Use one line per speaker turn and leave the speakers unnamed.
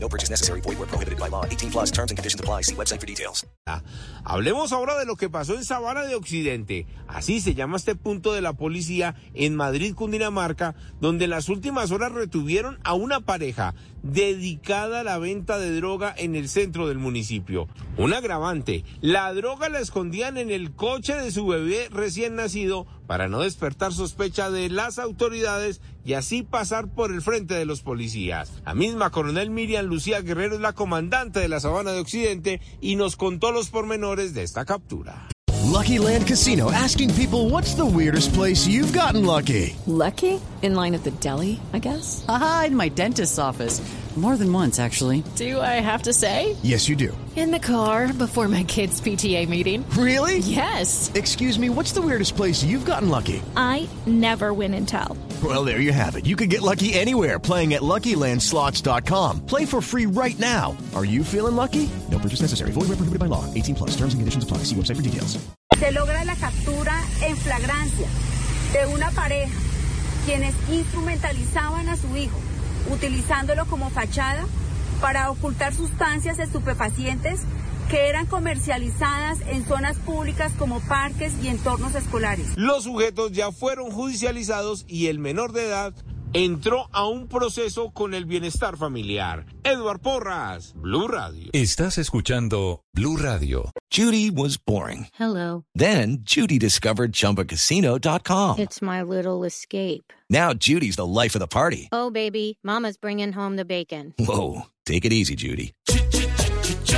No purchase necessary. Void where prohibited by law. 18 plus terms and conditions apply. See website for details.
Ah, Hablemos ahora de lo que pasó en Sabana de Occidente. Así se llama este punto de la policía en Madrid, Cundinamarca, donde en las últimas horas retuvieron a una pareja dedicada a la venta de droga en el centro del municipio. Un agravante, la droga la escondían en el coche de su bebé recién nacido para no despertar sospecha de las autoridades y así pasar por el frente de los policías. La misma coronel Miriam Lucía Guerrero es la comandante de la Sabana de Occidente y nos contó los pormenores de esta captura.
Lucky Land Casino asking people what's the weirdest place you've gotten lucky.
Lucky? In line at the deli, I guess?
Aha, in my dentist's office. More than once, actually.
Do I have to say?
Yes, you do.
In the car before my kids' PTA meeting.
Really?
Yes.
Excuse me, what's the weirdest place you've gotten lucky?
I never win and tell.
Well, there you have it. You can get lucky anywhere playing at LuckyLandSlots.com. Play for free right now. Are you feeling lucky? No purchase necessary. Void where prohibited by law. 18 plus. Terms and conditions apply. See website for details.
Se logra la captura en flagrancia de una pareja quienes instrumentalizaban a su hijo, utilizándolo como fachada para ocultar sustancias estupefacientes que eran comercializadas en zonas públicas como parques y entornos escolares.
Los sujetos ya fueron judicializados y el menor de edad entró a un proceso con el bienestar familiar. Eduard Porras, Blue Radio.
Estás escuchando Blue Radio.
Judy was boring.
Hello.
Then Judy discovered ChumbaCasino.com.
It's my little escape.
Now Judy's the life of the party.
Oh, baby, Mama's bringing home the bacon.
Whoa, take it easy, Judy.